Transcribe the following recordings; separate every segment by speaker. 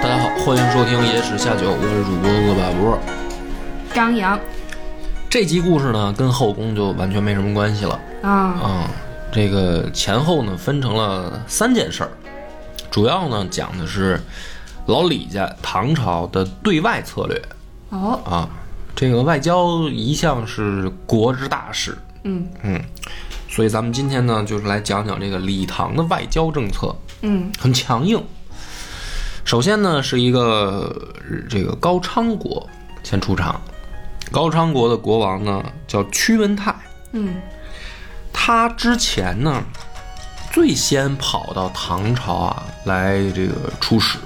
Speaker 1: 大家好，欢迎收听《野史下酒》，我是主播恶霸波。
Speaker 2: 张扬
Speaker 1: 这集故事呢，跟后宫就完全没什么关系了。
Speaker 2: 啊，
Speaker 1: 嗯，这个前后呢分成了三件事儿，主要呢讲的是老李家唐朝的对外策略
Speaker 2: 哦，
Speaker 1: 啊。这个外交一向是国之大事，
Speaker 2: 嗯
Speaker 1: 嗯，所以咱们今天呢，就是来讲讲这个李唐的外交政策。
Speaker 2: 嗯
Speaker 1: 很强硬。首先呢，是一个呃这个高昌国先出场，高昌国的国王呢叫屈文泰，
Speaker 2: 嗯
Speaker 1: 他之前呢最先跑到唐朝啊来这个出使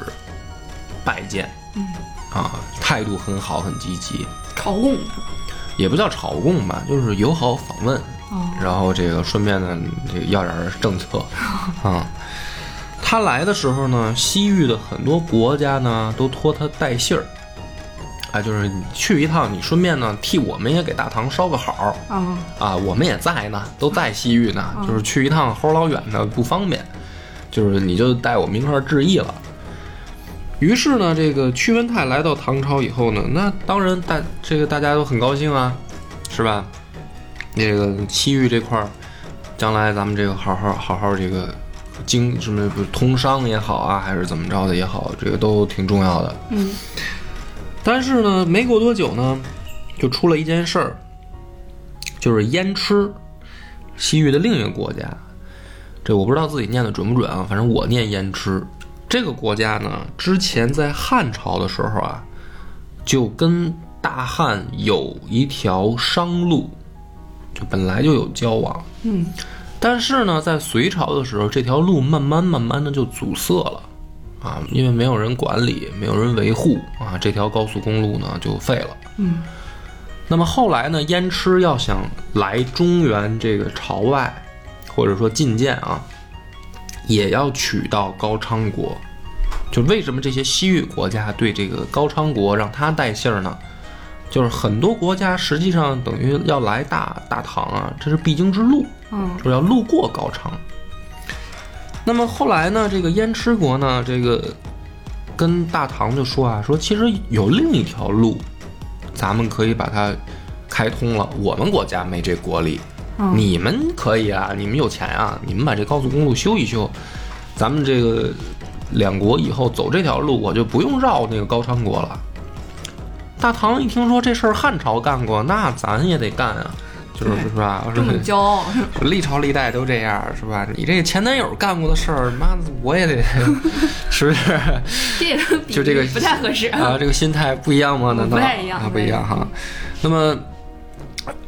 Speaker 1: 拜见，嗯啊态度很好，很积极，
Speaker 2: 朝贡
Speaker 1: 也不叫朝贡吧，就是友好访问，
Speaker 2: 哦
Speaker 1: 然后这个顺便呢，这个要点儿政策啊。他来的时候呢，西域的很多国家呢都托他带信儿，啊，就是你去一趟，你顺便呢替我们也给大唐捎个好
Speaker 2: 啊
Speaker 1: 啊，我们也在呢，都在西域呢，就是去一趟齁老远的不方便，就是你就代我们一块儿致意了。于是呢，这个屈文泰来到唐朝以后呢，那当然大这个大家都很高兴啊，是吧？那个西域这块儿，将来咱们这个好好好好这个经什么不通商也好啊，还是怎么着的也好，这个都挺重要的。
Speaker 2: 嗯
Speaker 1: 但是呢，没过多久呢，就出了一件事儿，就是燕痴，西域的另一个国家。这我不知道自己念的准不准啊，反正我念燕痴。这个国家呢，之前在汉朝的时候啊，就跟大汉有一条商路，就本来就有交往。
Speaker 2: 嗯
Speaker 1: 但是呢，在隋朝的时候，这条路慢慢慢慢的就阻塞了，啊，因为没有人管理，没有人维护啊，这条高速公路呢就废了。
Speaker 2: 嗯
Speaker 1: 那么后来呢，燕痴要想来中原这个朝外，或者说觐见啊，也要取到高昌国。就为什么这些西域国家对这个高昌国让他带信儿呢？就是很多国家实际上等于要来大大唐啊，这是必经之路。
Speaker 2: 嗯
Speaker 1: 就是要路过高昌。那么后来呢，这个燕痴国呢，这个跟大唐就说啊，说其实有另一条路，咱们可以把它开通了。我们国家没这国力，
Speaker 2: 嗯
Speaker 1: 你们可以啊，你们有钱啊，你们把这高速公路修一修，咱们这个两国以后走这条路，我就不用绕那个高昌国了。大唐一听说这事儿汉朝干过，那咱也得干啊，就是是吧？
Speaker 2: 这么
Speaker 1: 是
Speaker 2: 骄傲，
Speaker 1: 历朝历代都这样，是吧？你这前男友干过的事儿，妈的，我也 得，是不是？
Speaker 2: 这个比
Speaker 1: 就这个
Speaker 2: 不太合适
Speaker 1: 啊，这个心态不一样吗？难道
Speaker 2: 不太一样
Speaker 1: 啊，不
Speaker 2: 不太
Speaker 1: 一
Speaker 2: 一
Speaker 1: 样
Speaker 2: 样
Speaker 1: 哈。那么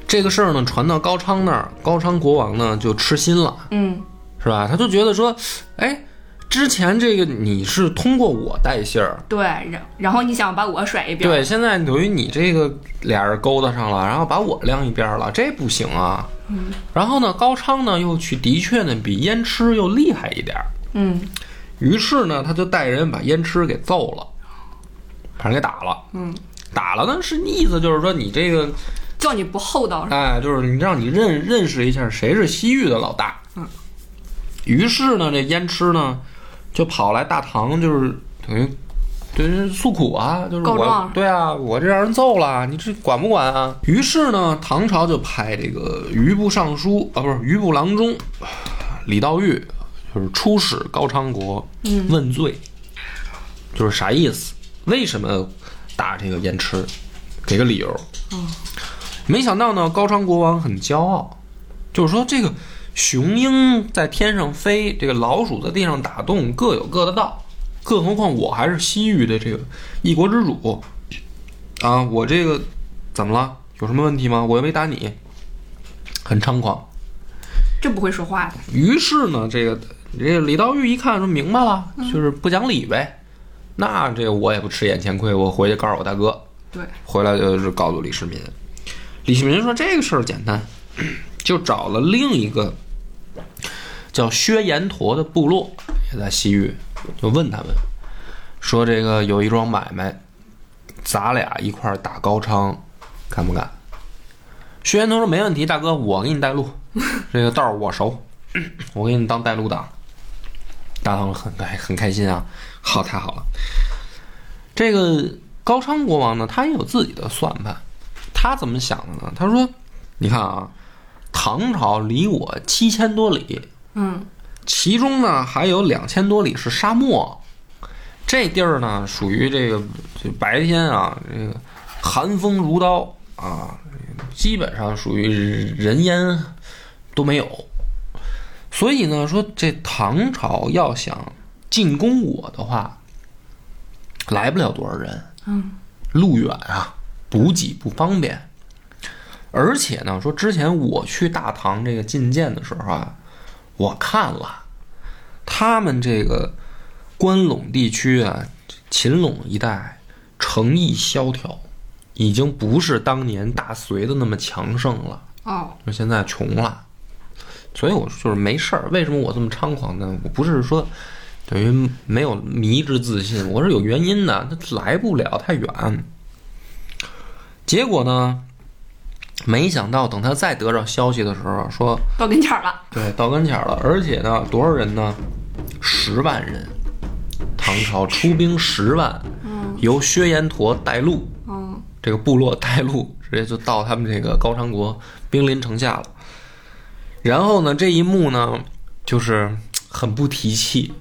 Speaker 1: 这个事儿呢，传到高昌那儿，高昌国王呢就吃心了，
Speaker 2: 嗯
Speaker 1: 是吧？他就觉得说，哎，之前这个你是通过我带信儿，
Speaker 2: 对，然然后你想把我甩一边，
Speaker 1: 对，现在等于你这个俩人勾搭上了，然后把我晾一边儿了，这不行啊。
Speaker 2: 嗯
Speaker 1: 然后呢，高昌呢又去，的确呢比燕痴又厉害一点儿。
Speaker 2: 嗯
Speaker 1: 于是呢，他就带人把燕痴给揍了，把人给打了。
Speaker 2: 嗯，
Speaker 1: 打了呢是意思就是说你这个，
Speaker 2: 叫你不厚道是吧？
Speaker 1: 哎，就是你让你认认识一下谁是西域的老大。
Speaker 2: 嗯。
Speaker 1: 于是呢，这燕痴呢就跑来大唐，就是等于等于诉苦啊，就是
Speaker 2: 告
Speaker 1: 我
Speaker 2: 状
Speaker 1: 对啊，我这让人揍了，你这管不管啊？于是呢，唐朝就派这个余部尚书啊，不是余部郎中 李道玉，就是出使高昌国
Speaker 2: 嗯
Speaker 1: 问罪，就是啥意思？为什么打这个燕痴？给个理由。
Speaker 2: 哦
Speaker 1: 没想到呢，高昌国王很骄傲，就是说这个雄鹰在天上飞，这个老鼠在地上打洞，各有各的道。更何况我还是西域的这个一国之主啊！我这个怎么了？有什么问题吗？我又没打你，很猖狂。
Speaker 2: 这不会说话的，
Speaker 1: 于是呢，这个这个李道玉一看说明白了，就是不讲理呗。那这个我也不吃眼前亏，我回去告诉我大哥，
Speaker 2: 对，
Speaker 1: 回来呃就是告诉李世民。李世民说这个事儿简单， 就找了另一个叫薛延陀的部落，也在西域，就问他们说这个有一桩买卖，咱俩一块儿打高昌，敢不敢？”薛延通说：“没问题，大哥，我给你带路， 这个道儿我熟， 我给你当带路党。”大唐很开很开心啊，好，太好了。这个高昌国王呢，他也有自己的算盘，他怎么想的呢？他说：“你看啊，唐朝离我七千多里，
Speaker 2: 嗯，
Speaker 1: 其中呢还有两千多里是沙漠，这地儿呢属于这个这白天啊，这个寒风如刀啊，基本上属于人烟都没有。所以呢，说这唐朝要想进攻我的话，来不了多少人，
Speaker 2: 嗯，
Speaker 1: 路远啊，补给不方便。而且呢，说之前我去大唐这个觐见的时候啊，我看了他们这个关陇地区啊，秦陇啊一带城邑萧条，已经不是当年大隋的那么强盛了，
Speaker 2: 哦，
Speaker 1: 就现在穷了。所以我就是没事儿。为什么我这么猖狂呢？我不是说等于没有迷之自信，我是有原因的。他来不了太远。结果呢，没想到等他再得着消息的时候，啊说
Speaker 2: 到跟前儿了，
Speaker 1: 对到跟前儿了，而且呢，多少人呢？十万人。唐朝出兵十万，由薛延陀带路，
Speaker 2: 嗯，
Speaker 1: 这个部落带路，直接就到他们这个高昌国兵临城下了。然后呢，这一幕呢，就是很不提气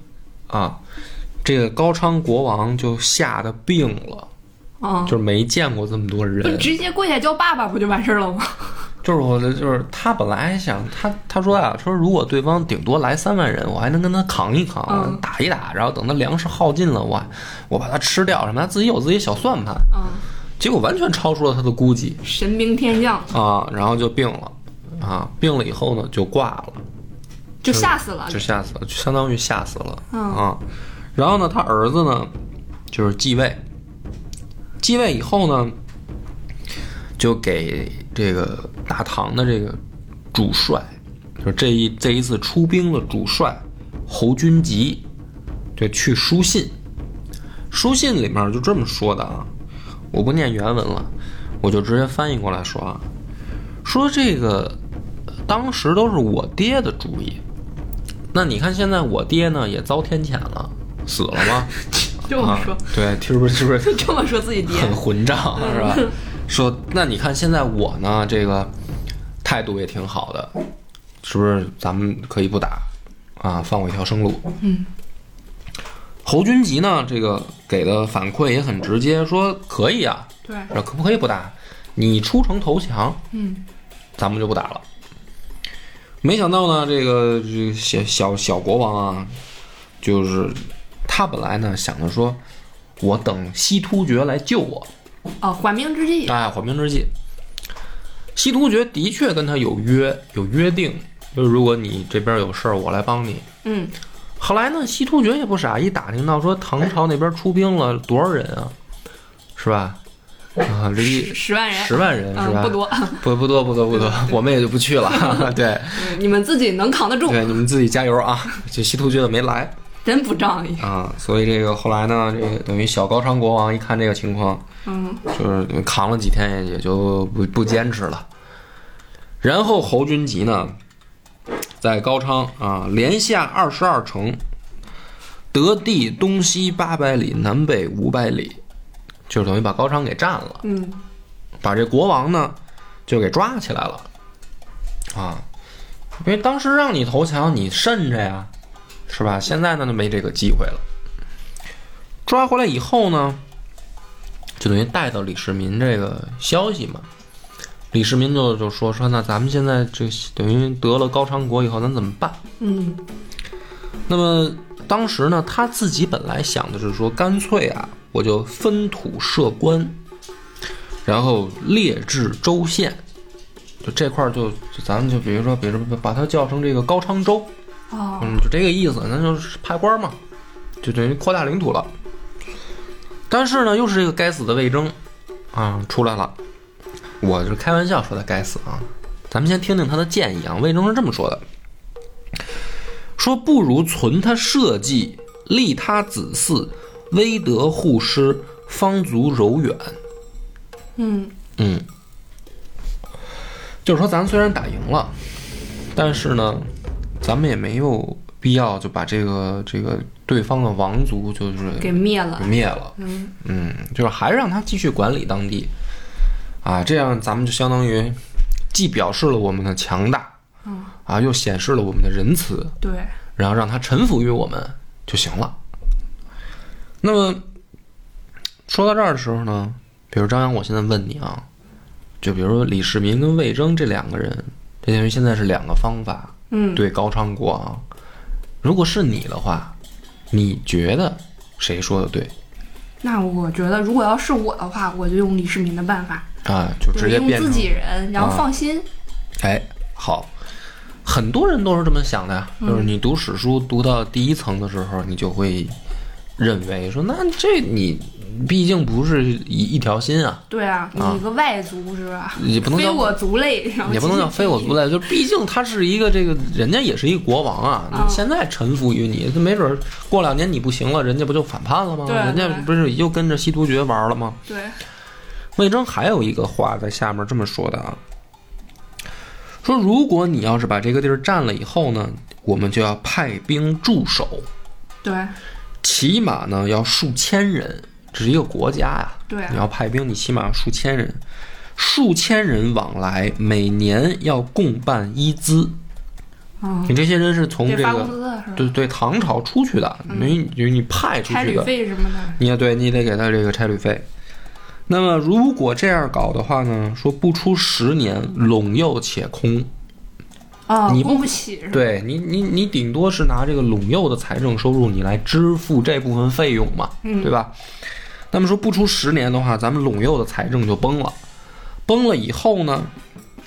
Speaker 1: 啊。这个高昌国王就吓得病了，
Speaker 2: 哦，
Speaker 1: 就是没见过这么多
Speaker 2: 不
Speaker 1: 人。
Speaker 2: 直接跪下叫爸爸不就完事儿了吗？
Speaker 1: 就是我的，就是他本来想他他说啊，说如果对方顶多来三万人，我还能跟他扛一扛，
Speaker 2: 嗯
Speaker 1: 打一打，然后等他粮食耗尽了，我我把他吃掉什么，他自己有自己小算盘。
Speaker 2: 嗯，
Speaker 1: 结果完全超出了他的估计
Speaker 2: 神兵天降，
Speaker 1: 啊，然后就病了啊，病了以后呢就挂了。
Speaker 2: 就吓死了
Speaker 1: 就，吓死了，就相当于吓死了、
Speaker 2: 嗯
Speaker 1: 啊。然后呢，他儿子呢，就是继位，继位以后呢，就给这个大唐的这个主帅，就这一这一次出兵的主帅侯君集，就去书信，书信里面就这么说的啊，我不念原文了，我就直接翻译过来说啊，说这个呃当时都是我爹的主意。那你看现在我爹呢也遭天谴了，死了吗？
Speaker 2: 这么说
Speaker 1: 啊，对，是不是是不是
Speaker 2: 这么说自己爹，
Speaker 1: 很混账啊是吧？说那你看现在我呢这个态度也挺好的，是不是咱们可以不打啊，放我一条生路？
Speaker 2: 嗯，
Speaker 1: 侯君集呢这个给的反馈也很直接，说可以啊，
Speaker 2: 对，
Speaker 1: 那可不可以不打？你出城投降，
Speaker 2: 嗯，
Speaker 1: 咱们就不打了。没想到呢，这个这个小小小国王啊，就是他本来呢想着说，我等西突厥来救我，
Speaker 2: 哦，缓兵之计，
Speaker 1: 哎，缓兵之计。西突厥的确跟他有约有约定，就是如果你这边有事儿，我来帮你。
Speaker 2: 嗯，
Speaker 1: 后来呢，西突厥也不傻，一打听到说唐朝那边出兵了多少人啊，是吧？啊，这一
Speaker 2: 十万人，
Speaker 1: 十万人是吧？
Speaker 2: 嗯，不多，
Speaker 1: 不不多不多不多，我们也就不去了。对
Speaker 2: 嗯你们自己能扛得住，
Speaker 1: 对，你们自己加油啊！这西突厥的没来
Speaker 2: 真不仗义，
Speaker 1: 啊，所以这个后来呢，这个等于小高昌国王一看这个情况，
Speaker 2: 嗯，
Speaker 1: 就是扛了几天也也就不不坚持了。然后侯君集呢，在高昌啊连下二十二城，得地东西八百里，南北五百里，就是等于把高昌给占了。
Speaker 2: 嗯，
Speaker 1: 把这国王呢就给抓起来了，啊，因为当时让你投降，你慎着呀，是吧？现在呢就没这个机会了。抓回来以后呢，就等于带到李世民这个消息嘛。李世民就就说说，那咱们现在这等于得了高昌国以后，咱怎么办？
Speaker 2: 嗯，
Speaker 1: 那么当时呢，他自己本来想的是说，干脆啊，我就分土设官，然后列置州县，就这块儿就就咱们就比如说，比如说把它叫成这个高昌州，
Speaker 2: 哦，
Speaker 1: 嗯，就这个意思，那就是派官嘛，就等于扩大领土了。但是呢，又是这个该死的魏征啊出来了，我是开玩笑说他该死啊。咱们先听听他的建议啊，魏征是这么说的：说不如存他社稷，立他子嗣，威德护师，方足柔远。
Speaker 2: 嗯
Speaker 1: 嗯，就是说，咱虽然打赢了，但是呢，咱们也没有必要就把这个这个对方的王族就是
Speaker 2: 给灭了
Speaker 1: 给，灭了。
Speaker 2: 嗯
Speaker 1: 嗯，就是还是让他继续管理当地，啊，这样咱们就相当于既表示了我们的强大，
Speaker 2: 嗯，
Speaker 1: 啊，又显示了我们的仁慈，
Speaker 2: 对，
Speaker 1: 然后让他臣服于我们就行了。那么说到这儿的时候呢，比如张扬，我现在问你啊，就比如说李世民跟魏征这两个人，这等于现在是两个方法
Speaker 2: 嗯，
Speaker 1: 对高昌国啊。如果是你的话，你觉得谁说的对
Speaker 2: 那我觉得如果要是我的话，我就用李世民的办法，
Speaker 1: 啊？就
Speaker 2: 我
Speaker 1: 直接
Speaker 2: 用
Speaker 1: 变
Speaker 2: 自
Speaker 1: 成
Speaker 2: 己人，然
Speaker 1: 啊
Speaker 2: 后放心，
Speaker 1: 哎，好，很多人都是这么想的呀，
Speaker 2: 嗯
Speaker 1: 就是你读史书读到第一层的时候，你就会认为说，那这你毕竟不是一一条心啊，
Speaker 2: 对啊，
Speaker 1: 啊
Speaker 2: 你一个外族是吧？
Speaker 1: 也不能
Speaker 2: 非
Speaker 1: 叫
Speaker 2: 我族类，然后
Speaker 1: 也不能叫
Speaker 2: 亲戚
Speaker 1: 非我族类，就毕竟他是一个这个人家也是一个国王啊，
Speaker 2: 嗯
Speaker 1: 你现在臣服于你，没准儿过两年你不行了，人家不就反叛了吗？
Speaker 2: 对
Speaker 1: 人家
Speaker 2: 对
Speaker 1: 不是又跟着西突厥玩了吗？
Speaker 2: 对，
Speaker 1: 魏征还有一个话在下面这么说的啊，说如果你要是把这个地儿占了以后呢，我们就要派兵驻守，
Speaker 2: 对
Speaker 1: 起码呢要数千人，这是一个国家呀、
Speaker 2: 对啊
Speaker 1: 你要派兵，你起码要数千人，数千人往来，每年要共办一资。
Speaker 2: 嗯，
Speaker 1: 你这些人是从
Speaker 2: 得
Speaker 1: 这
Speaker 2: 发工
Speaker 1: 个
Speaker 2: 资是吧？
Speaker 1: 对对唐朝出去的，你你你派出
Speaker 2: 差
Speaker 1: 去
Speaker 2: 旅
Speaker 1: 的，
Speaker 2: 费什么的，
Speaker 1: 你也对你得给他这个差旅费。那么如果这样搞的话呢，说不出十年，陇右且空。
Speaker 2: 啊，
Speaker 1: 你不
Speaker 2: 供不起是吧？
Speaker 1: 对你，你你顶多是拿这个陇右的财政收入，你来支付这部分费用嘛，
Speaker 2: 嗯
Speaker 1: 对吧？那么说不出十年的话，咱们陇右的财政就崩了。崩了以后呢，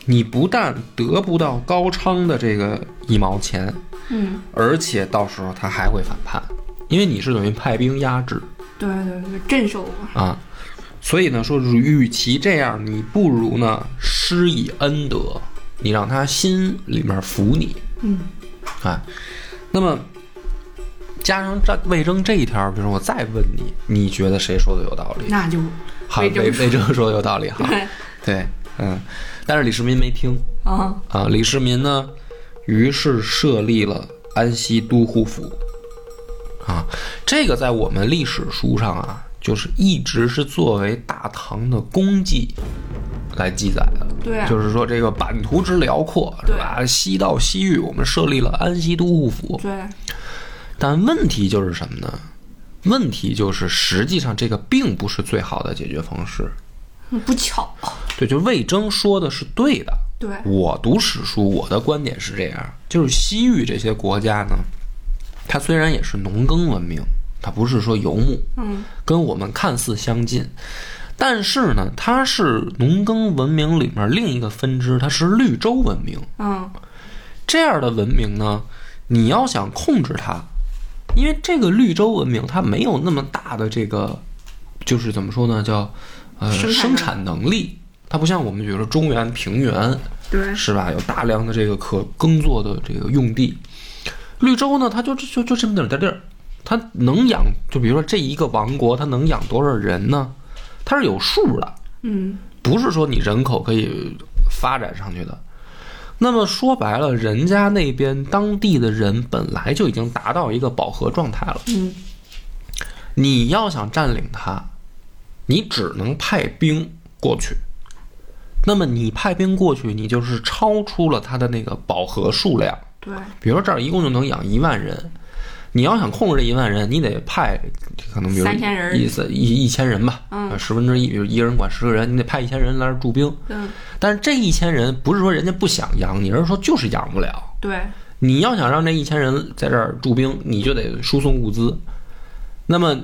Speaker 1: 你不但得不到高昌的这个一毛钱，
Speaker 2: 嗯，
Speaker 1: 而且到时候他还会反叛，因为你是等于派兵压制。
Speaker 2: 对对对，镇守嘛，
Speaker 1: 啊。所以呢，说与其这样，你不如呢施以恩德，你让他心里面服你
Speaker 2: 嗯
Speaker 1: 啊。那么加上这魏征这一条，比如说我再问你，你觉得谁说的有道理？
Speaker 2: 那就
Speaker 1: 好，
Speaker 2: 魏
Speaker 1: 魏
Speaker 2: 征
Speaker 1: 魏征说的有道理哈。
Speaker 2: 对
Speaker 1: 对，嗯，但是李世民没听
Speaker 2: 啊，
Speaker 1: 啊。李世民呢，于是设立了安西都护府啊。这个在我们历史书上啊，就是一直是作为大唐的功绩来记载的。
Speaker 2: 对啊
Speaker 1: 就是说这个版图之辽阔是吧？西到西域，我们设立了安西都护府。
Speaker 2: 对
Speaker 1: 但问题就是什么呢？问题就是，实际上这个并不是最好的解决方式。
Speaker 2: 嗯不巧，
Speaker 1: 对，就魏征说的是对的，
Speaker 2: 对
Speaker 1: 我读史书，我的观点是这样，就是西域这些国家呢，它虽然也是农耕文明，它不是说游牧，
Speaker 2: 嗯，
Speaker 1: 跟我们看似相近，但是呢，它是农耕文明里面另一个分支，它是绿洲文明。
Speaker 2: 嗯
Speaker 1: 这样的文明呢，你要想控制它，因为这个绿洲文明它没有那么大的这个，就是怎么说呢，叫呃
Speaker 2: 生产
Speaker 1: 生产能力，它不像我们比如说中原、平原，
Speaker 2: 对
Speaker 1: 是吧？有大量的这个可耕作的这个用地。绿洲呢，它就就就这么点儿地儿，它能养，就比如说这一个王国，它能养多少人呢？它是有数的，
Speaker 2: 嗯
Speaker 1: 不是说你人口可以发展上去的。那么说白了，人家那边当地的人本来就已经达到一个饱和状态了，
Speaker 2: 嗯
Speaker 1: 你要想占领它，你只能派兵过去。那么你派兵过去，你就是超出了它的那个饱和数量。
Speaker 2: 对
Speaker 1: 比如说这儿一共就能养一万人，你要想控制这一万人，你得派可能比如
Speaker 2: 三千人
Speaker 1: 一一一千人吧，
Speaker 2: 嗯
Speaker 1: 呃十分之一，比如一人管十个人，你得派一千人来这儿驻兵。
Speaker 2: 嗯
Speaker 1: 但是这一千人不是说人家不想养你，而是说就是养不了。
Speaker 2: 对
Speaker 1: 你要想让这一千人在这儿驻兵，你就得输送物资。那么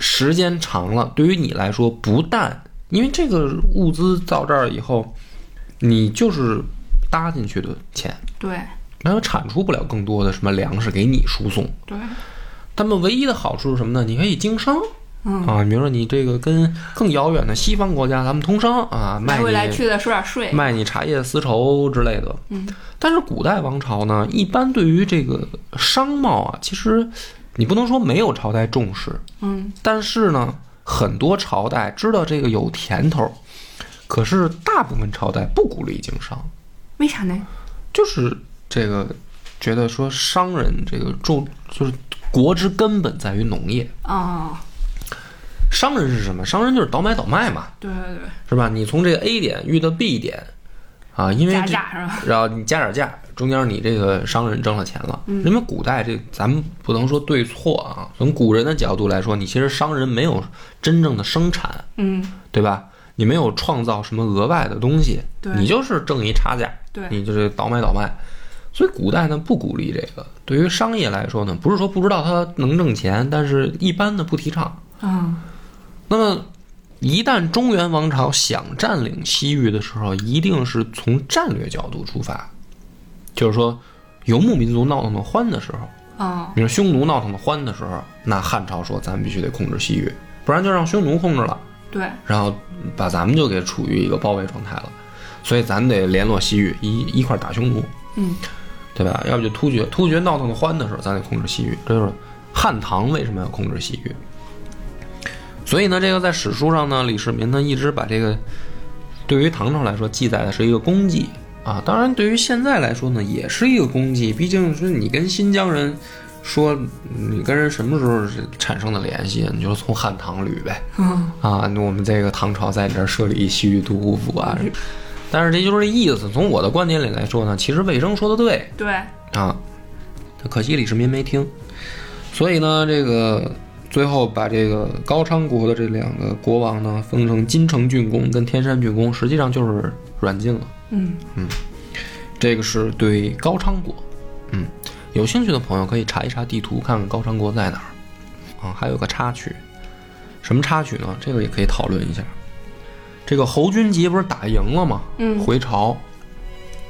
Speaker 1: 时间长了，对于你来说，不但因为这个物资到这儿以后，你就是搭进去的钱，
Speaker 2: 对
Speaker 1: 然后产出不了更多的什么粮食给你输送。
Speaker 2: 对，
Speaker 1: 他们唯一的好处是什么呢？你可以经商
Speaker 2: 嗯，
Speaker 1: 啊，比如说你这个跟更遥远的西方国家咱们通商啊，卖
Speaker 2: 来回
Speaker 1: 你
Speaker 2: 来去的收点税，
Speaker 1: 卖你茶叶、丝绸之类的。
Speaker 2: 嗯，
Speaker 1: 但是古代王朝呢，一般对于这个商贸啊，其实你不能说没有朝代重视，
Speaker 2: 嗯
Speaker 1: 但是呢，很多朝代知道这个有甜头，可是大部分朝代不鼓励经商，
Speaker 2: 为啥呢？
Speaker 1: 就是这个觉得说商人这个重就是国之根本在于农业。
Speaker 2: 哦，
Speaker 1: 商人是什么？商人就是倒买倒卖嘛，
Speaker 2: 对对对，
Speaker 1: 是吧？你从这个 A 点遇到 B 点，啊，因为
Speaker 2: 加
Speaker 1: 这
Speaker 2: 价是吧？
Speaker 1: 然后你加点价，中间你这个商人挣了钱了。
Speaker 2: 嗯
Speaker 1: 因为古代这咱们不能说对错啊，从古人的角度来说，你其实商人没有真正的生产，
Speaker 2: 嗯，
Speaker 1: 对吧？你没有创造什么额外的东西，
Speaker 2: 对
Speaker 1: 你就是挣一差价，
Speaker 2: 对
Speaker 1: 你就是倒买倒卖。所以古代呢不鼓励这个，对于商业来说呢，不是说不知道它能挣钱，但是一般的不提倡。
Speaker 2: 嗯，
Speaker 1: 那么，一旦中原王朝想占领西域的时候，一定是从战略角度出发，就是说，游牧民族闹腾的欢的时候，
Speaker 2: 哦，
Speaker 1: 比如匈奴闹腾的欢的时候，那汉朝说咱们必须得控制西域，不然就让匈奴控制了，
Speaker 2: 对，
Speaker 1: 然后把咱们就给处于一个包围状态了，所以咱得联络西域一一块儿打匈奴，
Speaker 2: 嗯，
Speaker 1: 对吧？要不就突厥，突厥闹腾的欢的时候，咱得控制西域，这就是汉唐为什么要控制西域。所以呢，这个在史书上呢，李世民呢一直把这个对于唐朝来说记载的是一个功绩啊，当然对于现在来说呢，也是一个功绩，毕竟是你跟新疆人。说你跟人什么时候是产生的联系？啊你就从汉唐捋呗，
Speaker 2: 嗯，
Speaker 1: 啊，那我们这个唐朝在你这儿设立西域都护府啊，
Speaker 2: 嗯
Speaker 1: 但是这就是这意思。从我的观点里来说呢，其实魏征说的对，
Speaker 2: 对，
Speaker 1: 啊，可惜李世民没听，所以呢，这个最后把这个高昌国的这两个国王呢封成金城郡公跟天山郡公，实际上就是软禁了。
Speaker 2: 嗯，
Speaker 1: 这个是对高昌国，嗯，有兴趣的朋友可以查一查地图，看看高昌国在哪儿。啊，还有个插曲，什么插曲呢？这个也可以讨论一下。这个侯君集不是打赢了吗？
Speaker 2: 嗯
Speaker 1: 回朝，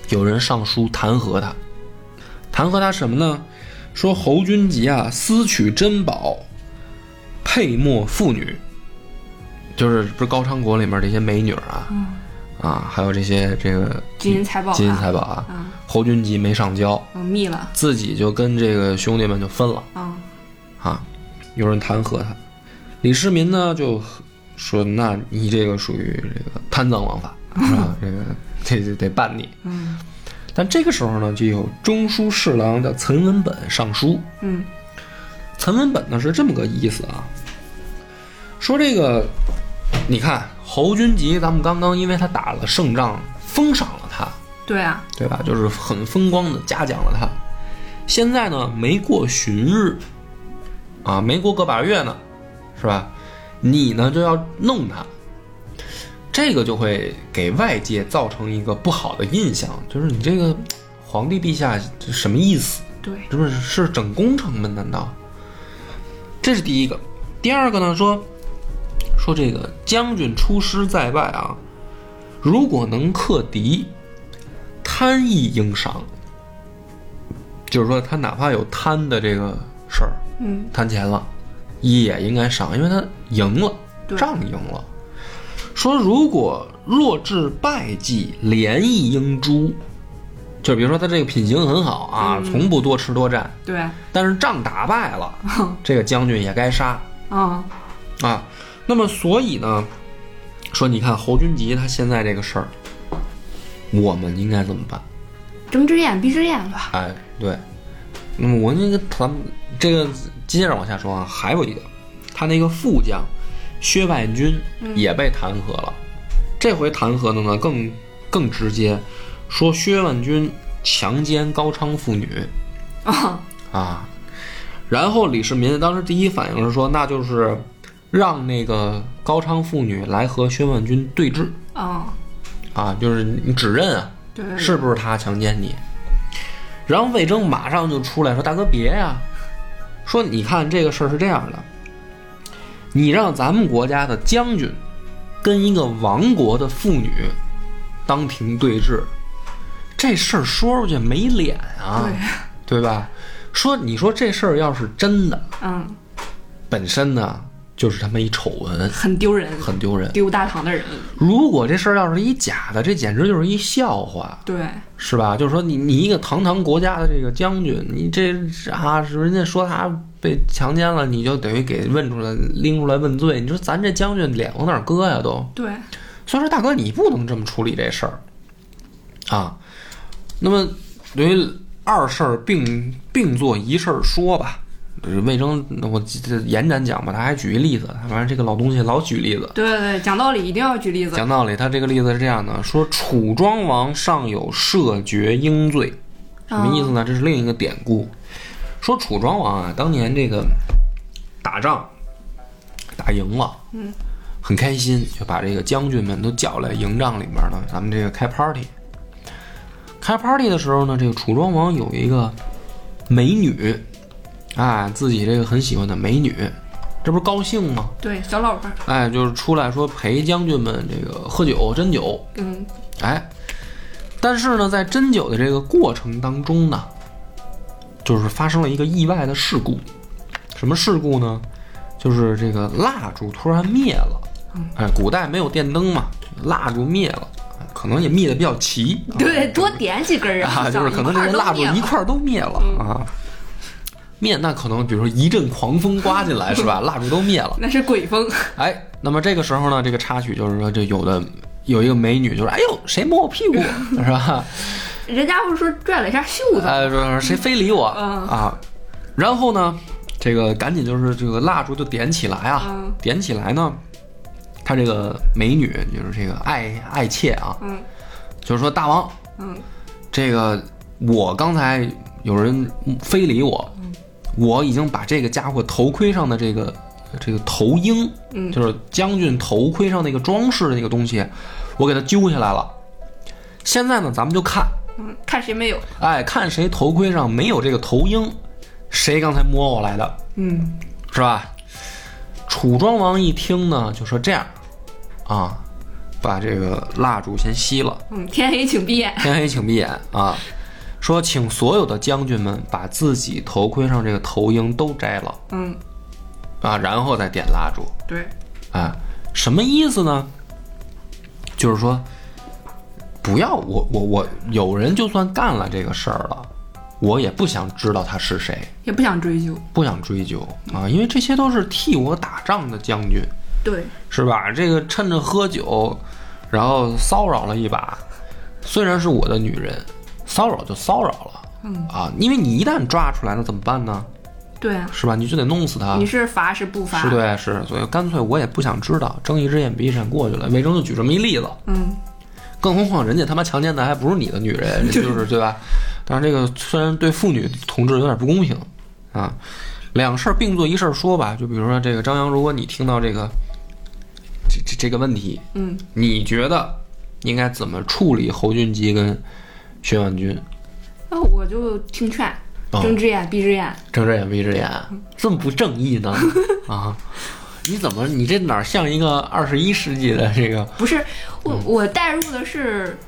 Speaker 1: 有人上书弹劾他，弹劾他什么呢？说侯君集啊，私取珍宝，配没妇女，就是不是高昌国里面这些美女儿啊，啊，还有这些这个
Speaker 2: 嗯金银财宝啊
Speaker 1: 金银财宝啊，
Speaker 2: 嗯
Speaker 1: 侯君集没上交，
Speaker 2: 嗯，密了，
Speaker 1: 自己就跟这个兄弟们就分了
Speaker 2: 嗯，
Speaker 1: 啊。有人弹劾他，李世民呢就说：“那你这个属于这个贪赃枉 法，是吧？这个这这得办你。”
Speaker 2: 嗯。
Speaker 1: 但这个时候呢，就有中书侍郎叫岑文本上书，
Speaker 2: 嗯，
Speaker 1: 岑文本呢是这么个意思啊，说这个，你看侯君集，咱们刚刚因为他打了胜仗，封赏了他，
Speaker 2: 对啊，
Speaker 1: 对吧？就是很风光的嘉奖了他。现在呢，没过旬日，啊，没过个把月呢，是吧？你呢就要弄他，这个就会给外界造成一个不好的印象，就是你这个皇帝陛下这什么意思？
Speaker 2: 对，
Speaker 1: 这不是是整工程吗？难道？这是第一个。第二个呢，说说这个将军出师在外啊，如果能克敌，贪亦应赏。就是说，他哪怕有贪的这个事儿，
Speaker 2: 嗯，
Speaker 1: 贪钱了，也应该赏，因为他赢了，
Speaker 2: 对
Speaker 1: 仗赢了。说如果弱至败绩，连亦应诛。就比如说他这个品行很好啊，从不多吃多占，
Speaker 2: 对，
Speaker 1: 但是仗打败了，这个将军也该杀
Speaker 2: 嗯，
Speaker 1: 啊。那么所以呢，说你看侯君集他现在这个事儿，我们应该怎么办？
Speaker 2: 睁只眼闭只眼吧，
Speaker 1: 哎，对，那么我那个咱们这个接着往下说啊，还有一个，他那个副将薛外军也被弹劾了，这回弹劾的呢更更直接，说薛万军强奸高昌妇女
Speaker 2: 啊，
Speaker 1: 啊，然后李世民当时第一反应是说，那就是让那个高昌妇女来和薛万军对峙
Speaker 2: 嗯，
Speaker 1: 啊，就是你指认啊，
Speaker 2: 对对，对，
Speaker 1: 是不是他强奸你？然后魏征马上就出来说：“大哥别呀、说你看这个事儿是这样的，你让咱们国家的将军跟一个亡国的妇女当庭对峙，这事儿说出去没脸啊，对吧？说你说这事儿要是真的，
Speaker 2: 嗯，
Speaker 1: 本身呢就是他妈一丑闻，
Speaker 2: 很丢人，
Speaker 1: 很丢人。
Speaker 2: 丢大唐的人，
Speaker 1: 如果这事儿要是一假的，这简直就是一笑话。”
Speaker 2: 对，
Speaker 1: 是吧？就是说你，你一个堂堂国家的这个将军，你这啊，是人家说他被强奸了，你就等于给问出来拎出来问罪。你说咱这将军脸往哪儿搁呀？都，
Speaker 2: 对，
Speaker 1: 所以说大哥你不能这么处理这事儿啊。那么对于二事儿并并做一事儿说吧。就是魏征，我这延展讲吧，他还举一例子，他反正这个老东西老举例子，
Speaker 2: 对对对，讲道理一定要举例子。
Speaker 1: 讲道理，他这个例子是这样的：说楚庄王上有赦爵英罪，什么意思呢？这是另一个典故。说楚庄王啊，当年这个打仗打赢了，嗯，很开心，就把这个将军们都叫来营帐里面呢，咱们这个开 party。开 party 的时候呢，这个楚庄王有一个美女，啊，自己这个很喜欢的美女，这不是高兴吗？
Speaker 2: 哦对，小老伴儿，
Speaker 1: 哎，就是出来说陪将军们这个喝酒斟酒，
Speaker 2: 嗯，
Speaker 1: 哎，但是呢，在斟酒的这个过程当中呢，就是发生了一个意外的事故。什么事故呢？就是这个蜡烛突然灭了。哎，古代没有电灯嘛，蜡烛灭了，可能也灭得比较齐。
Speaker 2: 对，多点几根儿
Speaker 1: 哦 啊，就是可能这
Speaker 2: 这
Speaker 1: 个蜡烛一块儿都灭了啊。灭那可能，比如说一阵狂风刮进 来，是吧？蜡烛都灭了。
Speaker 2: 那是鬼 风，
Speaker 1: 哎，那么这个时候呢，这个插曲就是说，这有的有一个美女就是，哎呦，谁摸我屁股是吧？
Speaker 2: 人家不是说拽了一下袖子，
Speaker 1: 哎，说谁非礼我
Speaker 2: 嗯
Speaker 1: 啊？然后呢，这个赶紧就是这个蜡烛就点起来啊
Speaker 2: 嗯，
Speaker 1: 点起来呢，她这个美女就是这个爱爱妾啊，
Speaker 2: 嗯
Speaker 1: 就是说大王，
Speaker 2: 嗯，
Speaker 1: 这个我刚才有人非礼我，
Speaker 2: 嗯
Speaker 1: 我已经把这个家伙头盔上的这个这个头缨，
Speaker 2: 嗯
Speaker 1: 就是将军头盔上那个装饰的那个东西，我给它揪下来了。现在呢，咱们就看，
Speaker 2: 嗯，看谁没有，
Speaker 1: 哎，看谁头盔上没有这个头缨，谁刚才摸我来的，
Speaker 2: 嗯，
Speaker 1: 是吧？楚庄王一听呢，就说这样，啊，把这个蜡烛先熄了。
Speaker 2: 嗯，天黑请闭眼，
Speaker 1: 天黑请闭眼啊！说，请所有的将军们把自己头盔上这个头缨都摘了
Speaker 2: 嗯，
Speaker 1: 啊，然后再点蜡烛
Speaker 2: 对，
Speaker 1: 啊，什么意思呢？就是说，不要我我我有人就算干了这个事儿了，我也不想知道他是谁，
Speaker 2: 也不想追究，
Speaker 1: 不想追究啊，因为这些都是替我打仗的将军，
Speaker 2: 对，
Speaker 1: 是吧？这个趁着喝酒，然后骚扰了一把，虽然是我的女人，骚扰就骚扰了，
Speaker 2: 嗯
Speaker 1: 啊，因为你一旦抓出来，那怎么办呢？
Speaker 2: 对啊，
Speaker 1: 是吧？你就得弄死他
Speaker 2: 你，是罚是不罚
Speaker 1: 是？对是，所以干脆我也不想知道，睁一只眼闭一只眼过去了。魏征就举这么一例子，
Speaker 2: 嗯，
Speaker 1: 更何况人家他妈强奸的还不是你的女人，这 就是对吧？但是这个虽然对妇女同志有点不公平啊，两事儿并作一事儿说吧。就比如说这个张扬，如果你听到这个这这这个问题，
Speaker 2: 嗯，
Speaker 1: 你觉得应该怎么处理侯俊基跟薛婉君？
Speaker 2: 那哦我就听劝，
Speaker 1: 哦
Speaker 2: 睁只眼闭只眼，
Speaker 1: 睁只眼闭只眼， 这么不正义呢？ 啊，你怎么你这哪儿像一个二十一世纪的这个？
Speaker 2: 不是我我带入的是。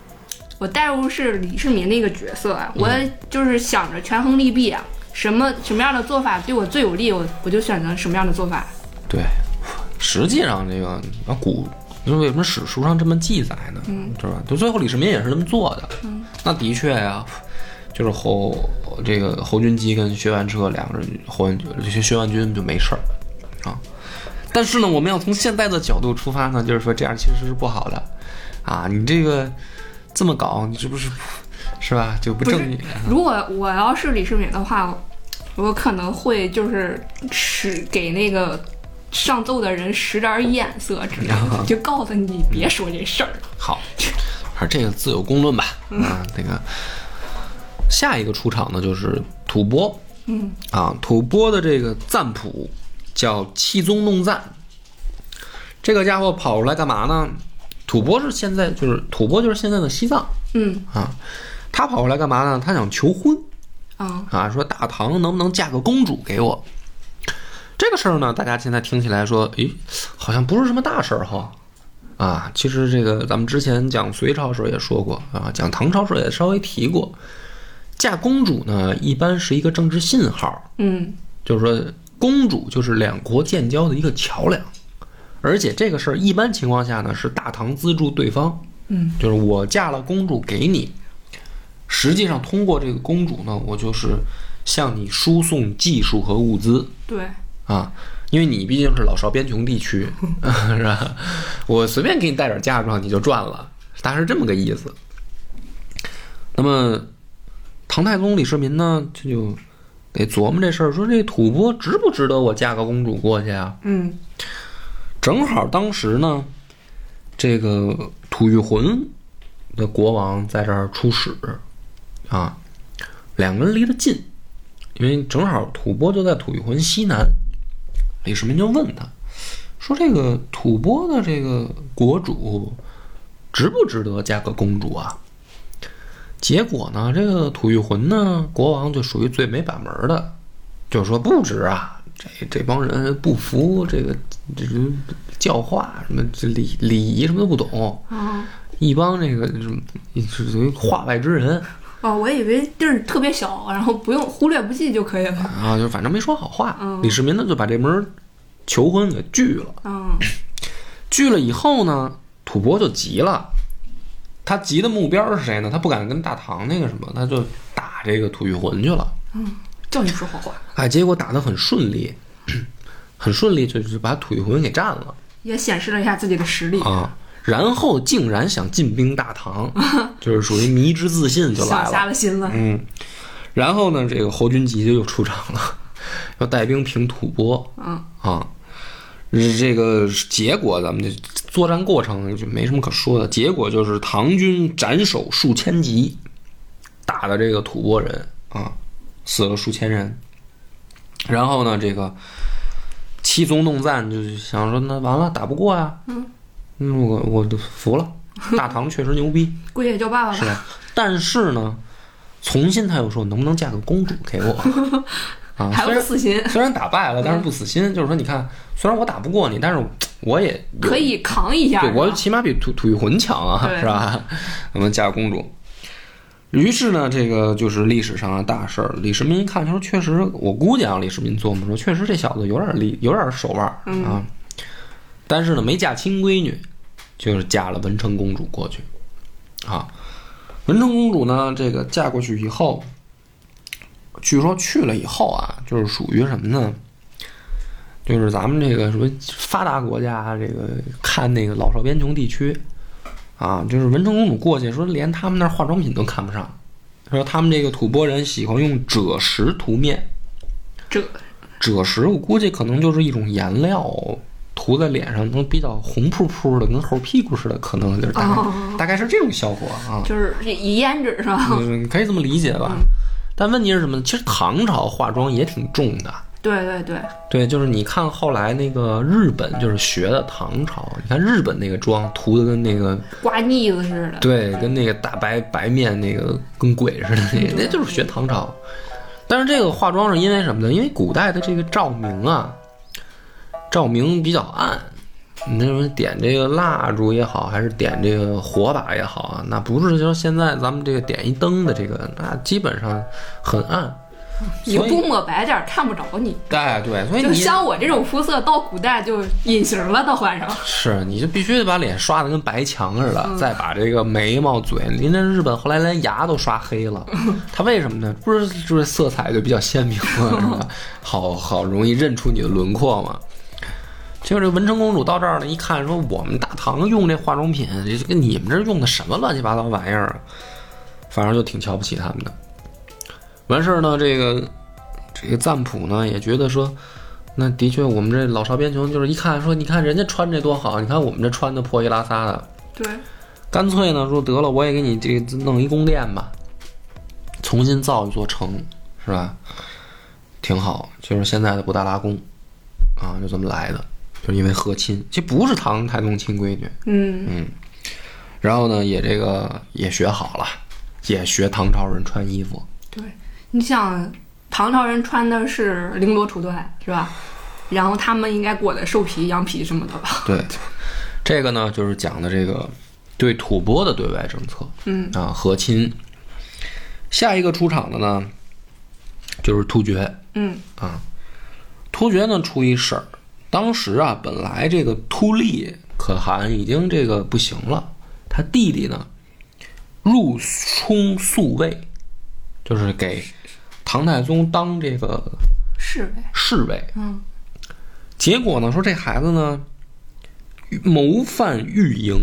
Speaker 2: 我带入是李世民那个角色啊，我就是想着权衡利弊啊，什么什么样的做法对我最有利，我我就选择什么样的做法。
Speaker 1: 对，实际上这个啊古，那为什么史书上这么记载呢？是吧？就最后李世民也是这么做的。那的确呀、就是侯这个侯君基跟薛蟠车两个人，侯文薛薛蟠君就没事儿啊。但是呢，我们要从现在的角度出发呢，就是说这样其实是不好的啊！你这个这么搞，你这不是是吧？就不
Speaker 2: 不是
Speaker 1: 正义。
Speaker 2: 如果我要是李世民的话，我可能会就是使给那个上奏的人使点儿眼色之类的，就告诉你别说这事儿。
Speaker 1: 好，而这个自有公论吧。啊，那个下一个出场的就是吐蕃。嗯，啊，吐蕃的这个赞普叫弃宗弄赞。这个家伙跑出来干嘛呢？吐蕃是现在就是吐蕃就是现在的西藏
Speaker 2: 嗯
Speaker 1: 啊，他跑过来干嘛呢？他想求婚
Speaker 2: 啊，
Speaker 1: 啊，说大唐能不能嫁个公主给我？这个事儿呢，大家现在听起来说，诶，好像不是什么大事儿哈。啊，其实这个咱们之前讲隋朝时候也说过啊，讲唐朝时候也稍微提过，嫁公主呢一般是一个政治信号，
Speaker 2: 嗯
Speaker 1: 就是说公主就是两国建交的一个桥梁，而且这个事儿一般情况下呢是大唐资助对方，
Speaker 2: 嗯，
Speaker 1: 就是我嫁了公主给你，实际上通过这个公主呢，我就是向你输送技术和物资
Speaker 2: 对，
Speaker 1: 啊，因为你毕竟是老少边穷地区，是吧？我随便给你带点嫁妆，你就赚了，大概是这么个意思。那么唐太宗李世民呢，这就得琢磨这事儿，说这吐蕃值不值得我嫁个公主过去啊？
Speaker 2: 嗯
Speaker 1: 正好当时呢，这个吐谷浑的国王在这儿出使，啊，两个人离得近，因为正好吐蕃就在吐谷浑西南。李世民就问他，说这个吐蕃的这个国主值不值得嫁个公主啊？结果呢，这个吐谷浑呢，国王就属于最没把门儿的，就说不值啊，这这帮人不服这个这人教化什么这礼礼仪什么都不懂，
Speaker 2: 哦
Speaker 1: 一帮这个什么是属于化外之人
Speaker 2: 哦，我以为地儿特别小，然后不用忽略不计就可以了。
Speaker 1: 啊，就反正没说好话。
Speaker 2: 嗯
Speaker 1: 李世民呢就把这门儿求婚给拒了。
Speaker 2: 嗯
Speaker 1: 拒了以后呢，吐蕃就急了。他急的目标是谁呢？他不敢跟大唐那个什么，他就打这个吐谷浑去了。
Speaker 2: 嗯，叫你说好话
Speaker 1: 哎，结果打得很顺利， 很顺利，就是把吐谷浑给占了
Speaker 2: 也显示了一下自己的实力。
Speaker 1: 啊。然后竟然想进兵大唐，就是属于迷之自信就来
Speaker 2: 想瞎
Speaker 1: 了。
Speaker 2: 了心了，
Speaker 1: 嗯，然后呢，这个侯君集就又出场了， 要带兵平吐蕃。
Speaker 2: 嗯
Speaker 1: 啊，这个结果咱们就作战过程就没什么可说的，结果就是唐军斩首数千级，打的这个吐蕃人啊，死了数千人。然后呢，这个七宗弄赞就是想说，那完了打不过呀、
Speaker 2: 嗯
Speaker 1: 嗯，我我就服了，大唐确实牛逼，
Speaker 2: 姑且叫爸爸
Speaker 1: 是
Speaker 2: 吧。
Speaker 1: 吧？但是呢，重新他又说，能不能嫁个公主给 我？啊，虽
Speaker 2: 还不
Speaker 1: 然
Speaker 2: 死心，
Speaker 1: 虽然打败了，但是不死心，就是说，你看，虽然我打不过你，但是我也有
Speaker 2: 可，以扛一下。
Speaker 1: 对我
Speaker 2: 是吧
Speaker 1: 起码比吐吐谷浑强啊，
Speaker 2: 对
Speaker 1: 是吧？ 我们嫁公主。于是呢，这个就是历史上的大事儿。李世民一看，他说：“确实，我估计啊，李世民琢磨说，确实这小子有点力，有点手腕儿啊。但是呢，没嫁亲闺女，就是嫁了文成公主过去啊。文成公主呢，这个嫁过去以后，据说去了以后啊，就是属于什么呢？就是咱们这个什么发达国家啊，这个看那个老少边穷地区啊，就是文成公主过去说，连他们那儿化妆品都看不上。说他们这个吐蕃人喜欢用赭石涂面，
Speaker 2: 这
Speaker 1: 赭石我估计可能就是一种颜料，涂在脸上能比较红扑扑的，跟猴屁股似的，可能就是大概、
Speaker 2: 哦
Speaker 1: 大概是这种效果啊。
Speaker 2: 就是一胭脂是吧？
Speaker 1: 嗯，可以这么理解吧。但问题是什么呢？其实唐朝化妆也挺重的。
Speaker 2: 对对对，
Speaker 1: 对，就是你看后来那个日本，就是学的唐朝。你看日本那个妆涂的跟那个，
Speaker 2: 刮腻子似的。
Speaker 1: 对，跟那个大白白面那个跟鬼似的，那个那就是学唐朝。但是这个化妆是因为什么呢？因为古代的这个照明啊，照明比较暗，你那什么点这个蜡烛也好，还是点这个火把也好啊，那不是说现在咱们这个点一灯的这个，那基本上很暗。
Speaker 2: 你
Speaker 1: 所以
Speaker 2: 不抹白点儿看不着你，
Speaker 1: 哎，对，所以
Speaker 2: 就
Speaker 1: 你
Speaker 2: 像我这种肤色，到古代就隐形了，到晚上。
Speaker 1: 是，你就必须得把脸刷的跟白墙似的，再把这个眉毛、嘴，您那日本后来连牙都刷黑了，他为什么呢？不是就是色彩就比较鲜明嘛，是吧？好好容易认出你的轮廓嘛。结果这文成公主到这儿呢，一看说我们大唐用这化妆品，这跟你们这儿用的什么乱七八糟玩意儿啊？反正就挺瞧不起他们的。完事儿呢，这个这个赞普呢也觉得说，那的确我们这老少边穷，就是一看说，你看人家穿这多好，你看我们这穿的破衣拉撒的，
Speaker 2: 对，
Speaker 1: 干脆呢说得了，我也给你这个弄一宫殿吧，重新造一座城，是吧？挺好，就是现在的布达拉宫，啊，就这么来的，就是因为和亲，这不是唐太宗亲闺女，
Speaker 2: 嗯，
Speaker 1: 然后呢也这个也学好了，也学唐朝人穿衣服，
Speaker 2: 对，你想，唐朝人穿的是绫罗绸缎是吧？然后他们应该裹的兽皮、羊皮什么的吧？
Speaker 1: 对，这个呢就是讲的这个对吐蕃的对外政策，
Speaker 2: 嗯，
Speaker 1: 啊和亲。下一个出场的呢就是突厥，
Speaker 2: 嗯
Speaker 1: 啊，突厥呢出一事儿，当时啊本来这个突利可汗已经这个不行了，他弟弟呢入充宿卫，就是给唐太宗当这个
Speaker 2: 是呗。
Speaker 1: 侍卫。
Speaker 2: 嗯
Speaker 1: 结果呢，说这孩子呢谋反欲营，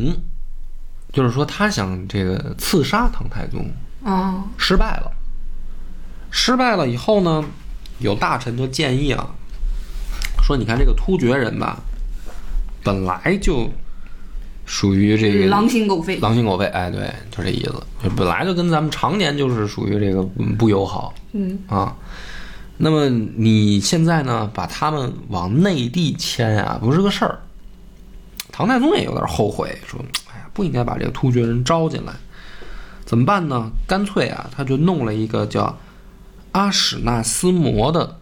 Speaker 1: 就是说他想这个刺杀唐太宗，
Speaker 2: 哦，
Speaker 1: 失败了。失败了以后呢，有大臣就建议啊，说你看这个突厥人吧，本来就属于这个
Speaker 2: 狼心狗肺，
Speaker 1: 狼心狗肺，哎，对，就这意思。就本来就跟咱们常年就是属于这个嗯不友好，
Speaker 2: 嗯
Speaker 1: 啊。那么你现在呢，把他们往内地迁啊，不是个事儿。唐太宗也有点后悔，说：“哎呀，不应该把这个突厥人招进来。”怎么办呢？干脆啊，他就弄了一个叫阿史那思摩的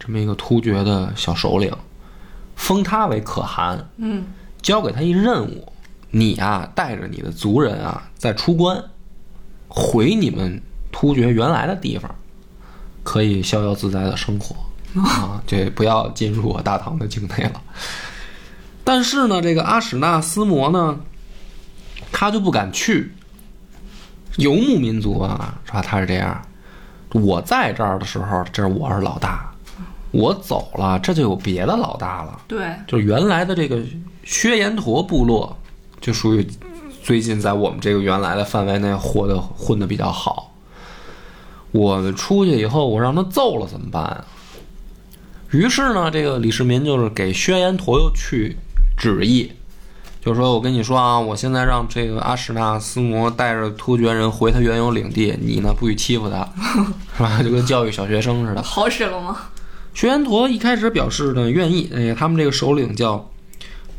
Speaker 1: 这么一个突厥的小首领，封他为可汗。
Speaker 2: 嗯，
Speaker 1: 交给他一任务，你啊带着你的族人啊再出关，回你们突厥原来的地方，可以逍遥自在的生活啊，这不要进入我大唐的境内了。但是呢，这个阿史那斯摩呢，他就不敢去。游牧民族啊，是吧？他是这样。我在这儿的时候，这我是老大；我走了，这就有别的老大了。
Speaker 2: 对，
Speaker 1: 就是原来的这个薛延陀部落，就属于最近在我们这个原来的范围内活的混的比较好。我出去以后，我让他揍了怎么办啊？于是呢，这个李世民就是给薛延陀又去旨意，就说：“我跟你说啊，我现在让这个阿史那斯摩带着突厥人回他原有领地，你呢不许欺负他， 是吧？就跟教育小学生似的。”
Speaker 2: 好使了吗？
Speaker 1: 薛延陀一开始表示呢愿意，哎，他们这个首领叫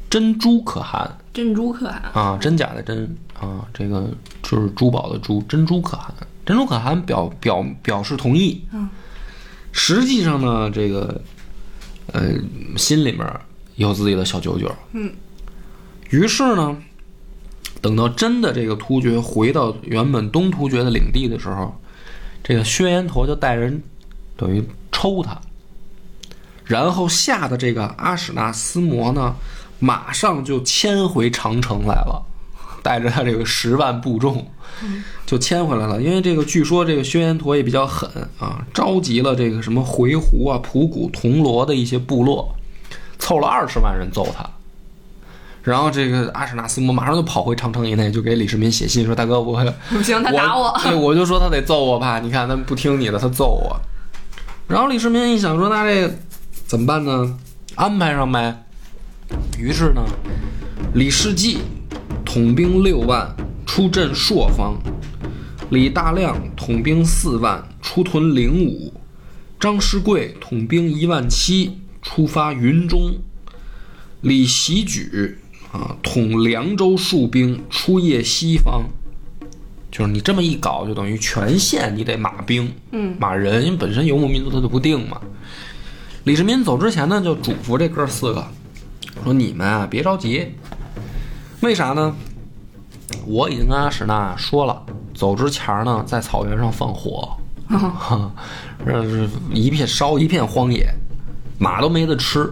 Speaker 1: 珍珠可汗
Speaker 2: 珍珠可 汗，
Speaker 1: 啊，真假的真啊，这个就是珠宝的珠，珍珠可汗，珍珠可汗表表表示同意。
Speaker 2: 嗯，
Speaker 1: 实际上呢，这个呃心里面有自己的小九九。
Speaker 2: 嗯，
Speaker 1: 于是呢，等到真的这个突厥回到原本东突厥的领地的时候，这个薛延陀就带人等于抽他，然后吓得这个阿史那斯摩呢，马上就迁回长城来了，带着他这个十万部众 就迁回来了。因为这个据说这个薛延陀也比较狠啊，召集了这个什么回鹘啊、吐谷、铜锣的一些部落，凑了二十万人揍他。然后这个阿史那斯摩马上就跑回长城以内，就给李世民写信说：“大哥，我
Speaker 2: 不行，他打我，
Speaker 1: 对，我就说他得揍我吧，你看他不听你的，他揍我。然后李世民一想说，那这怎么办呢？安排上呗。于是呢，李世济统兵六万出镇朔方，李大亮统兵四万出屯灵武，张士贵统兵一万七出发云中，李袭举啊统凉州戍兵出夜西方。就是你这么一搞，就等于全县你得马兵，
Speaker 2: 嗯，
Speaker 1: 马人，因为本身游牧民族他就不定嘛。李世民走之前呢，就嘱咐这哥四个说：“你们啊，别着急，为啥呢？我已经跟阿史那说了，走之前儿呢，在草原上放火，哈， 这是一片烧一片荒野，马都没得吃。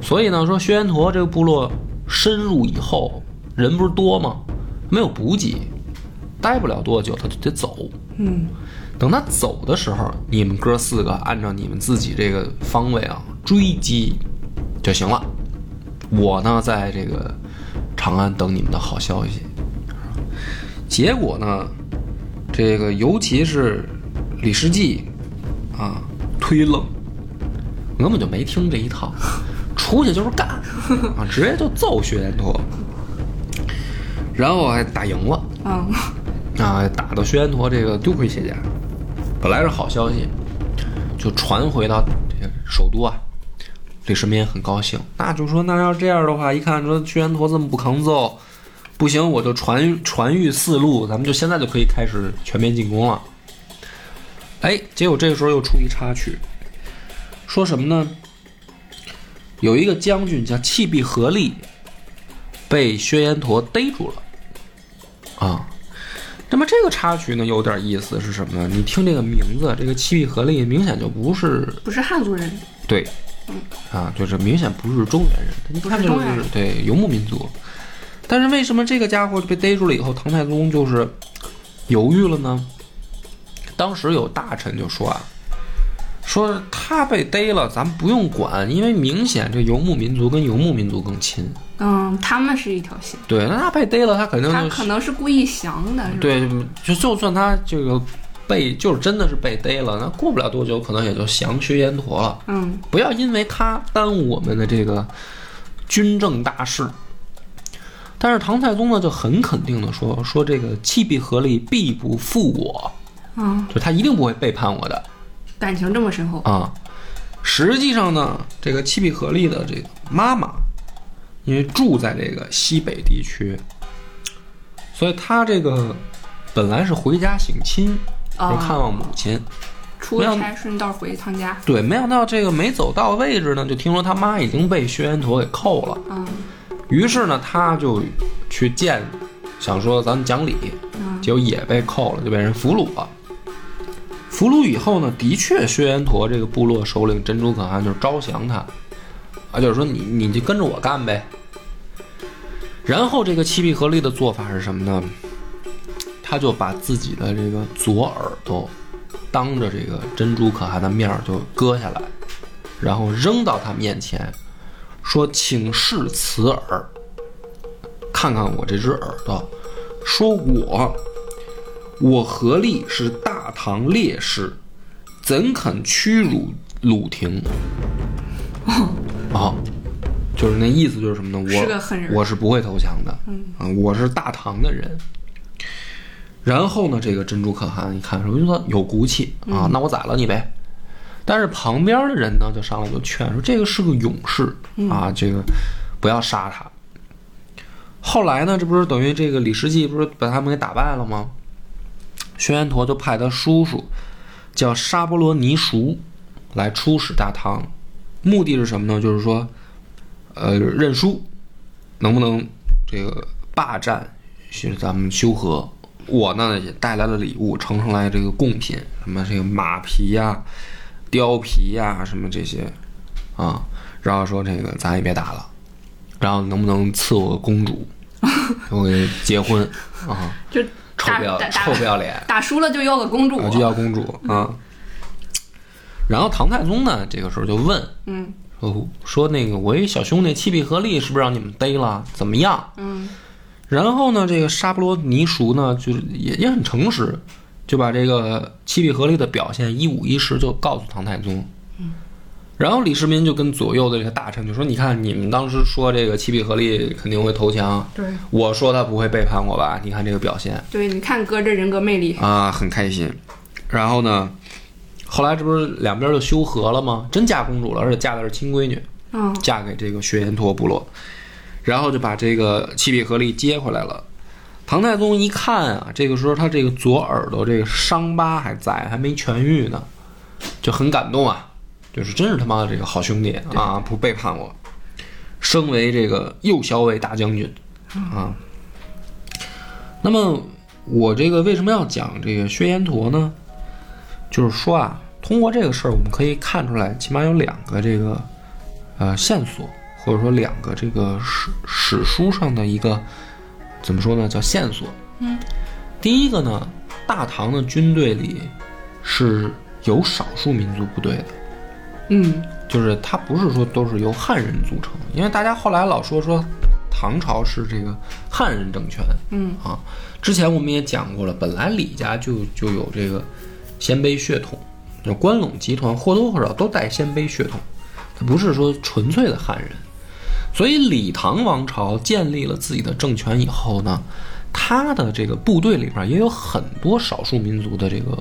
Speaker 1: 所以呢，说薛延陀这个部落深入以后，人不是多吗？没有补给，待不了多久他就得走。
Speaker 2: 嗯，
Speaker 1: 等他走的时候，你们哥四个按照你们自己这个方位啊追击就行了。我呢，在这个长安等你们的好消息。结果呢，这个尤其是李世济啊，忒愣，根本就没听这一套，出去就是干啊，直接就揍薛延陀，然后还打赢了。
Speaker 2: 嗯，
Speaker 1: 啊，打到薛延陀这个丢盔卸甲，本来是好消息，就传回到这个首都啊。李世民也很高兴，那就说那要这样的话，一看说薛延陀这么不抗揍，不行，我就传传谕四路，咱们就现在就可以开始全面进攻了。哎，结果这个时候又出一插曲，说什么呢？有一个将军叫弃必合力，被薛延陀逮住了，啊，那么这个插曲呢，有点意思是什么呢？你听这个名字，这个七臂合力明显就不是
Speaker 2: 不是汉族人，
Speaker 1: 对，啊，就是明显不是中原人，他一看就
Speaker 2: 不是中原
Speaker 1: 是
Speaker 2: 人
Speaker 1: 对游牧民族。但是为什么这个家伙被逮住了以后，唐太宗就是犹豫了呢？当时有大臣就说啊，说他被逮了，咱不用管，因为明显这游牧民族跟游牧民族更亲。
Speaker 2: 嗯，他们是一条心，
Speaker 1: 对，那他被逮了，他肯定
Speaker 2: 他
Speaker 1: 就
Speaker 2: 可能是故意降的，是吧？
Speaker 1: 对，就就算他这个被就是真的是被逮了，那过不了多久可能也就降薛延陀了。
Speaker 2: 嗯
Speaker 1: 不要因为他耽误我们的这个军政大事。但是唐太宗呢，就很肯定的说说这个弃必合力，必不负我，
Speaker 2: 嗯，
Speaker 1: 就他一定不会背叛我的
Speaker 2: 感情这么深厚，
Speaker 1: 啊。实际上呢，这个弃必合力的这个妈妈，因为住在这个西北地区，所以她这个本来是回家省亲，就
Speaker 2: 哦
Speaker 1: 看望母亲。
Speaker 2: 出差顺道回一趟家，
Speaker 1: 对，没想到这个没走到位置呢，就听说他妈已经被薛延陀给扣了。
Speaker 2: 嗯
Speaker 1: 于是呢，他就去见，想说咱们讲理，
Speaker 2: 嗯
Speaker 1: 结果也被扣了，就被人俘虏了。俘虏以后呢，的确薛延陀这个部落首领珍珠可汗就招降他，啊，就是说你你就跟着我干呗。然后这个七必合力的做法是什么呢？他就把自己的这个左耳朵当着这个珍珠可汗的面儿就割下来，然后扔到他面前，说：“请试此耳，看看我这只耳朵。”说我，我何力是大唐烈士，怎肯屈辱鲁廷？啊，就是那意思就是什么呢？我
Speaker 2: 哦是个狠人嗯
Speaker 1: 我是不会投降的，啊，我是大唐的人。然后呢，这个珍珠可汗一看说，说有骨气
Speaker 2: 嗯
Speaker 1: 啊，那我宰了你呗。但是旁边的人呢，就上来就劝说，这个是个勇士
Speaker 2: 嗯
Speaker 1: 啊，这个不要杀他。后来呢，这不是等于这个李世济不是把他们给打败了吗？轩辕陀就派他叔叔叫沙波罗尼熟来出使大唐，目的是什么呢？就是说，呃，认输，能不能这个霸占，是咱们修和？我呢也带来了礼物，呈上来这个贡品，什么这个马皮呀、貂皮呀、什么这些啊，然后说这个咱也别打了，然后能不能赐我个公主，我给结婚啊？
Speaker 2: 就
Speaker 1: 臭
Speaker 2: 打
Speaker 1: 不要
Speaker 2: 打
Speaker 1: 臭不
Speaker 2: 打
Speaker 1: 要脸，
Speaker 2: 打输了就要个公主，
Speaker 1: 啊，就要公主啊。然后唐太宗呢，这个时候就问
Speaker 2: 嗯
Speaker 1: 说说那个我一小兄弟七必合力是不是让你们逮了？怎么样？
Speaker 2: 嗯
Speaker 1: 然后呢，这个沙布罗尼熟呢，就是也也很诚实，就把这个七必合力的表现一五一十就告诉唐太宗。然后李世民就跟左右的这些大臣就说：“你看，你们当时说这个七必合力肯定会投降，
Speaker 2: 对
Speaker 1: 我说他不会背叛我吧？你看这个表现。”
Speaker 2: 对，你看哥这人格魅力，
Speaker 1: 啊，很开心。然后呢，后来这不是两边就修和了吗？真嫁公主了，而且嫁的是亲闺女，
Speaker 2: 嗯
Speaker 1: 嫁给这个薛延陀部落，然后就把这个七匹合力接回来了。唐太宗一看啊，这个时候他这个左耳朵这个伤疤还在，还没痊愈呢，就很感动啊，就是真是他妈的这个好兄弟啊，不背叛我，升为这个右骁卫大将军啊。那么我这个为什么要讲这个薛延陀呢？就是说啊，通过这个事儿，我们可以看出来，起码有两个这个呃线索，或者说两个这个史史书上的一个怎么说呢，叫线索。
Speaker 2: 嗯，
Speaker 1: 第一个呢，大唐的军队里是有少数民族部队的，
Speaker 2: 嗯
Speaker 1: 就是它不是说都是由汉人组成，因为大家后来老说说唐朝是这个汉人政权，
Speaker 2: 嗯
Speaker 1: 啊，之前我们也讲过了，本来李家就就有这个鲜卑血统，就关陇集团或多或少都带鲜卑血统，它不是说纯粹的汉人。所以李唐王朝建立了自己的政权以后呢，他的这个部队里边也有很多少数民族的这个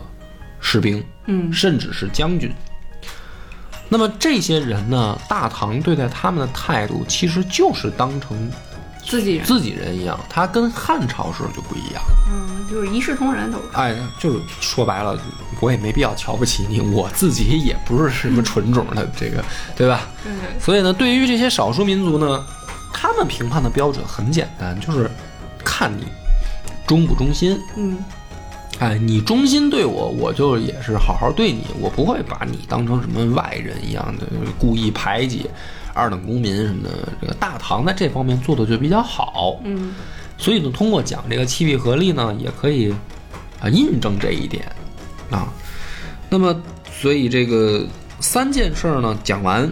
Speaker 1: 士兵，
Speaker 2: 嗯
Speaker 1: 甚至是将军。那么这些人呢，大唐对待他们的态度其实就是当成
Speaker 2: 自己人，
Speaker 1: 自己人一样，他跟汉朝时候就不一样。
Speaker 2: 嗯，就是一视同仁都是，
Speaker 1: 哎，就是说白了，我也没必要瞧不起你，我自己也不是什么纯种的，这个对吧？
Speaker 2: 对对，
Speaker 1: 所以呢，对于这些少数民族呢，他们评判的标准很简单，就是看你忠不忠心。
Speaker 2: 嗯
Speaker 1: 哎，你忠心对我，我就也是好好对你，我不会把你当成什么外人一样的故意排挤、二等公民什么的。这个大唐在这方面做的就比较好，
Speaker 2: 嗯
Speaker 1: 所以呢，通过讲这个七必合力呢，也可以啊印证这一点啊。那么所以这个三件事儿呢，讲完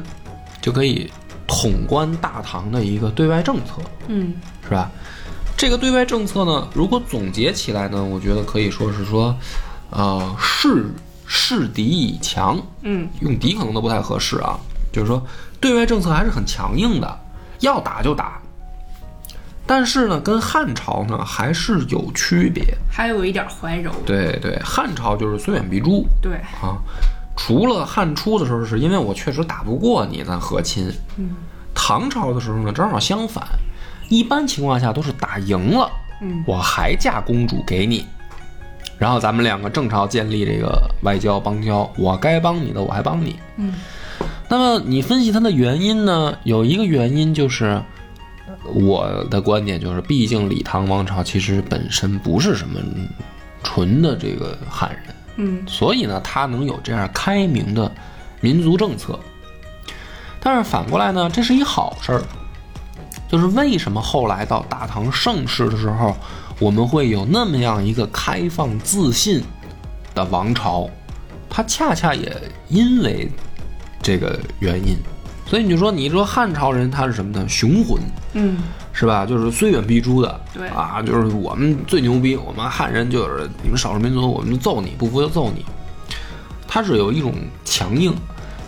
Speaker 1: 就可以统观大唐的一个对外政策，
Speaker 2: 嗯
Speaker 1: 是吧？这个对外政策呢，如果总结起来呢，我觉得可以说是说，呃，势势敌以强，
Speaker 2: 嗯
Speaker 1: 用敌可能都不太合适啊。就是说，对外政策还是很强硬的，要打就打。但是呢，跟汉朝呢还是有区别。
Speaker 2: 还有一点怀柔，
Speaker 1: 对对，汉朝就是虽远必诛
Speaker 2: 对，
Speaker 1: 啊。除了汉初的时候，是因为我确实打不过你，咱和亲。
Speaker 2: 嗯
Speaker 1: 唐朝的时候呢，正好相反，一般情况下都是打赢了，
Speaker 2: 嗯
Speaker 1: 我还嫁公主给你，然后咱们两个正常建立这个外交邦交，我该帮你的我还帮你。
Speaker 2: 嗯
Speaker 1: 那么你分析它的原因呢？有一个原因就是，我的观点就是，毕竟李唐王朝其实本身不是什么纯的这个汉人，
Speaker 2: 嗯
Speaker 1: 所以呢，他能有这样开明的民族政策。但是反过来呢，这是一好事儿，就是为什么后来到大唐盛世的时候，我们会有那么样一个开放自信的王朝，它恰恰也因为这个原因。所以你就说，你说汉朝人他是什么呢？雄浑，
Speaker 2: 嗯，
Speaker 1: 是吧？就是虽远必诛的，
Speaker 2: 对
Speaker 1: 啊，就是我们最牛逼，我们汉人就是你们少数民族，我们就揍你，不服就揍你。他是有一种强硬，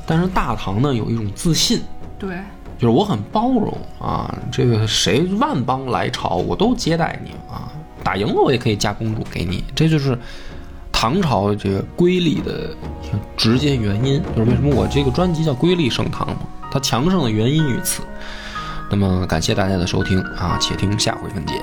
Speaker 1: 但是大唐呢有一种自信，
Speaker 2: 对，
Speaker 1: 就是我很包容啊，这个谁万邦来朝我都接待你啊，打赢了我也可以嫁公主给你，这就是唐朝这个瑰丽的直接原因，就是为什么我这个专辑叫《瑰丽盛唐》嘛，它强盛的原因于此。那么感谢大家的收听啊，且听下回分解。